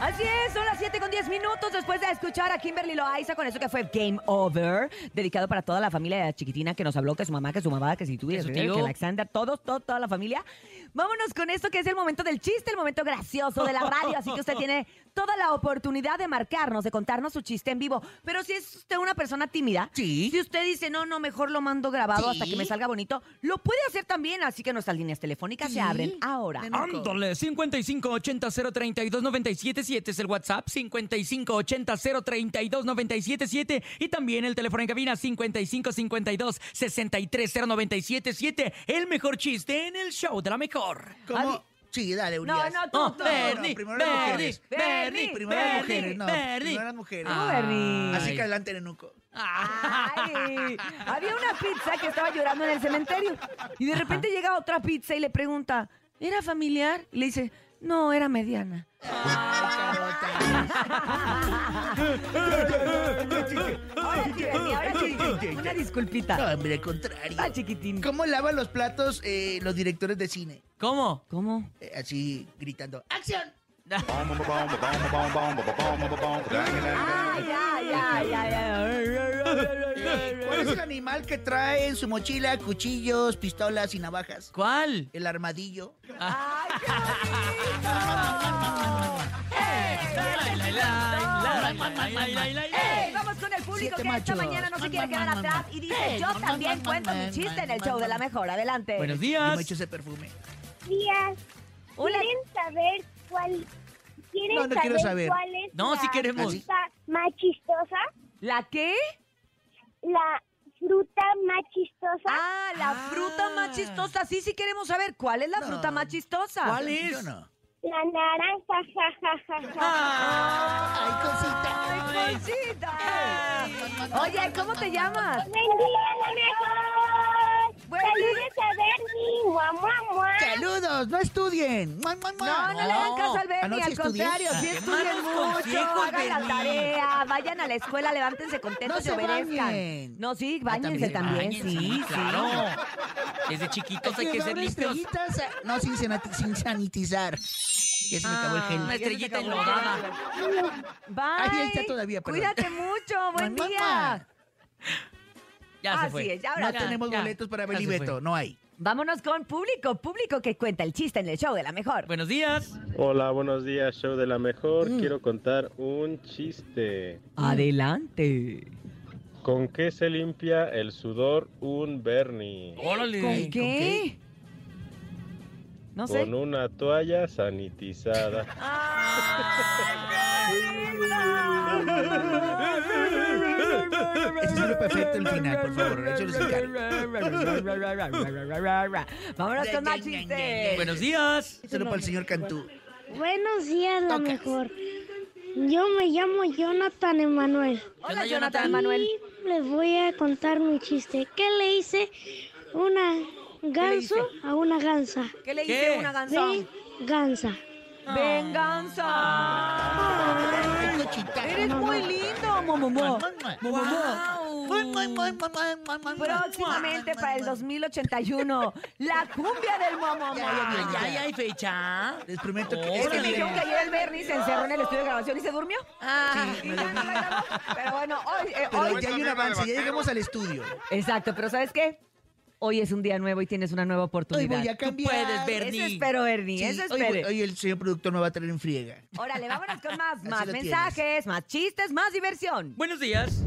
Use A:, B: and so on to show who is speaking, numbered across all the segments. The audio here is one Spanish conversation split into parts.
A: Así es, son las 7 con 10 minutos después de escuchar a Kimberly Loaiza con eso que fue Game Over, dedicado para toda la familia de la chiquitina que nos habló, que su mamá, que su mamá, que si tú, que,
B: Que su
A: Rivero,
B: tío.
A: que Alexander, todos, todo- toda la familia. Vámonos con esto que es el momento del chiste, el momento gracioso de la radio, así que usted tiene toda la oportunidad de marcarnos, de contarnos su chiste en vivo. Pero si es usted una persona tímida,
B: Sí.
A: si usted dice, no, no, mejor lo mando grabado hasta
B: Sí.
A: que me salga bonito, lo puede hacer también, así que nuestras líneas telefónicas se
B: Sí.
A: abren ahora.
B: Ven acá.
C: Ándale, 5580-032-977 es el WhatsApp, 5580-032-977 y también el teléfono en cabina 5552-630977, el mejor chiste en el show de la mejor.
A: Adi-
B: ¿Cómo? Sí, dale, Urias.
A: no, tú,
B: Oh,
A: tú.
B: Bernie,
C: Primero
B: primero las
C: Bernie,
B: mujeres.
A: Bernie,
B: Primero las mujeres, no, primero las mujeres.
A: Ah. Bernie.
B: Así que adelante, Nenuco.
A: Ay, había una pizza que estaba llorando en el cementerio y de repente llega otra pizza y le pregunta, ¿era familiar? Y le dice, no, era mediana. Ahora sí, Bernie, ahora sí. Una disculpita.
B: No, hombre, al contrario.
A: Ah, chiquitín.
B: ¿Cómo lavan los platos eh, los directores de cine?
C: ¿Cómo?
A: ¿Cómo?
B: Eh, así, gritando. ¡Acción!
A: Ay, ay, ay, ay, ay.
B: ¿Cuál es el animal que trae en su mochila cuchillos, pistolas y navajas?
C: ¿Cuál?
B: El armadillo.
A: Ay, qué bonito.
C: Eh,
A: ¡Ey! Vamos con el público que
B: Siete
A: esta
B: machos.
A: mañana no se
B: Man,
A: quiere
B: man,
A: quedar
B: man,
A: atrás
B: man.
A: y dice, yo
B: Man,
A: también
B: man,
A: cuento
B: man,
A: mi
B: man,
A: chiste en el
B: man,
A: show de
B: man.
A: la mejor. Adelante.
C: Buenos
B: Yo me
C: días.
B: echo ese perfume.
D: días.
A: Hola.
D: ¿Quieren saber cuál? ¿Quieren
B: No, no
D: saber,
B: quiero saber.
D: cuál es
C: No,
D: la
C: sí queremos.
D: fruta más chistosa?
A: ¿La qué?
D: La fruta más chistosa.
A: Ah, la
C: Ah.
A: fruta más chistosa. Sí, sí queremos saber cuál es la
B: No.
A: fruta más chistosa.
C: ¿Cuál es?
B: Yo no.
D: La naranja, ja, ja, ja, ja.
A: Ah.
B: Ay, cosita.
A: Ay, Conchita. Oye, ¿cómo te llamas?
D: ¡Buen día, la mejor!
A: Buen
D: ¡Saludos a Bernie! ¡Mua, mua, mua!
B: Saludos, no estudien. Mua, mua,
A: No,
B: mua.
A: no Ah, le hagan caso al Bernie,
B: Anoche
A: al
B: estudié.
A: contrario, sí
B: Qué
A: estudien
C: malos
A: mucho,
C: consejos,
A: hagan la
C: Bernie.
A: tarea, vayan a la escuela, levántense contentos
B: No
A: y
B: se
A: obedezcan.
B: bañen.
A: No, sí,
B: Ah, también
A: bañense
B: se
A: también,
C: Bañense,
A: sí, sí.
C: Claro. Desde chiquitos hay que ser
B: darle
C: limpios.
B: estrellitas a- No, sin, sanati- sin sanitizar. Ya se me
A: Ah,
B: acabó el gel.
C: Una estrellita
A: acabó.
C: enlodada.
A: Bye.
B: Ahí está todavía, perdón.
A: Cuídate mucho, buen
B: Mamá.
A: día.
C: Ya se
A: Así
C: fue.
A: es, ya
B: No
A: ahora sí.
B: tenemos
C: ya,
B: boletos para
C: ya
B: Beli
C: se fue.
B: Beto, no hay.
A: Vámonos con público, público que cuenta el chiste en el show de la mejor.
C: Buenos días.
E: Hola, buenos días, show de la mejor.
A: Mm.
E: Quiero contar un chiste.
A: Adelante.
E: ¿Con qué se limpia el sudor un Bernie?
C: Órale.
A: ¿Con
B: Ey, ¿con
A: qué?
B: qué?
C: Oh,
A: No sé.
E: Con una toalla sanitizada.
B: Ese es lo perfecto, el final, por favor. Échale sin cara.
A: Vámonos con más chistes.
C: Buenos días.
B: Solo para el señor Cantú.
D: Buenos días, la
B: Tocas.
D: mejor. Yo me llamo Jonathan Emanuel.
A: Hola,
C: Hola,
A: Jonathan
C: Jonathan.
A: Manuel.
D: Y les voy a contar mi chiste. ¿Qué le hice una ganso a una gansa?
A: ¿Qué le hice
C: ¿Qué?
A: una canción?
D: Venganza.
C: Ah.
A: ¡Venganza!
B: Ay, cochita.
A: ¡Eres muy lindo, Momomo! ¡Momomo! Próximamente para el 2081, la cumbia del Momomo.
B: Ya, ya, ya.
C: hay fecha.
B: Les prometo que...
C: Órale.
A: Es que me
B: miren,
A: dijeron que ayer el Bernie se encerró en el estudio de grabación y se durmió.
B: Ah.
A: Y ya no la grabó. Pero bueno, hoy, eh, hoy
B: Pero ya hay un avance, ya llegamos al estudio.
A: Exacto, pero ¿sabes qué? Hoy es un día nuevo y tienes una nueva
B: Hoy
A: oportunidad.
B: voy a cambiar.
C: puedes ver.
A: Eso
C: Bernie.
A: espero, Bernie,
B: Sí,
A: eso
B: hoy, voy-
A: espere.
B: hoy el señor productor me va a traer en friega.
A: Órale, vámonos con más,
B: Así
A: más
B: lo
A: mensajes, más chistes, más diversión.
C: Buenos días.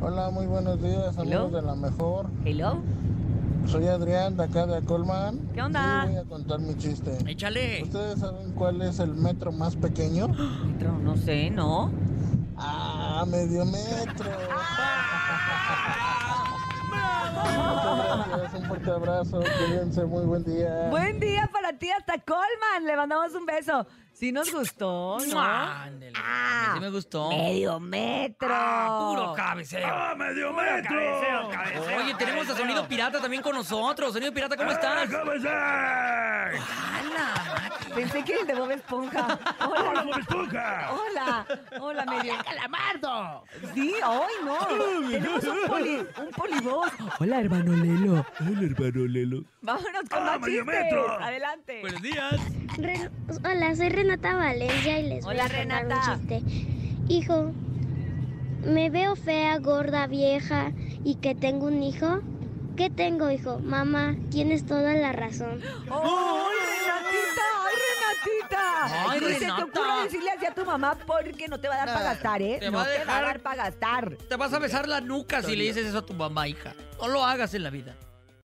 F: Hola, muy buenos días,
A: Hello.
F: amigos de la mejor.
A: Hello,
F: Soy Adrián, de acá de Colman.
A: ¿Qué onda?
F: Y voy a contar mi chiste.
C: Échale.
F: ¿Ustedes saben cuál es el metro más pequeño?
A: Metro, no sé, ¿no?
F: Ah, medio metro.
A: Ah,
F: Muchas gracias, un fuerte abrazo, cuídense, muy buen día.
A: Buen día para ti hasta Colman, le mandamos un beso. Sí nos gustó, ¿no?
C: Ándale,
A: Ah,
C: sí me gustó.
A: Medio metro.
C: Ah, puro cabeceo. ¡Ah, medio metro! Oye, tenemos a Sonido Pirata también con nosotros. Sonido Pirata, ¿cómo estás? ¡Hala!
A: Pensé que el de Bob Esponja. Hola, Bob Esponja. Hola, hola, medio.
B: calamardo!
A: Sí, hoy no. Tenemos un, poli, un polivoz.
C: Hola, hermano Lelo.
A: Vámonos con más chistes. Adelante.
C: Buenos días.
D: Re- Hola, soy Renata Valencia y les voy
A: Hola,
D: a contar
A: Renata.
D: un chiste. Hijo, me veo fea, gorda, vieja y que tengo un hijo. ¿Qué tengo, hijo? Mamá, tienes toda la razón.
A: ¡Ay, Renatita! ¡Ay, Renatita!
C: Ay,
A: Ni se te
C: Renata.
A: ocurra decirle así a tu mamá porque no te va a dar para gastar, ¿eh?
C: Te
A: no
C: va a
A: te va a
C: dejar-
A: dar para gastar.
C: Te vas a besar la nuca si le dices eso a tu mamá, hija. No lo hagas en la vida.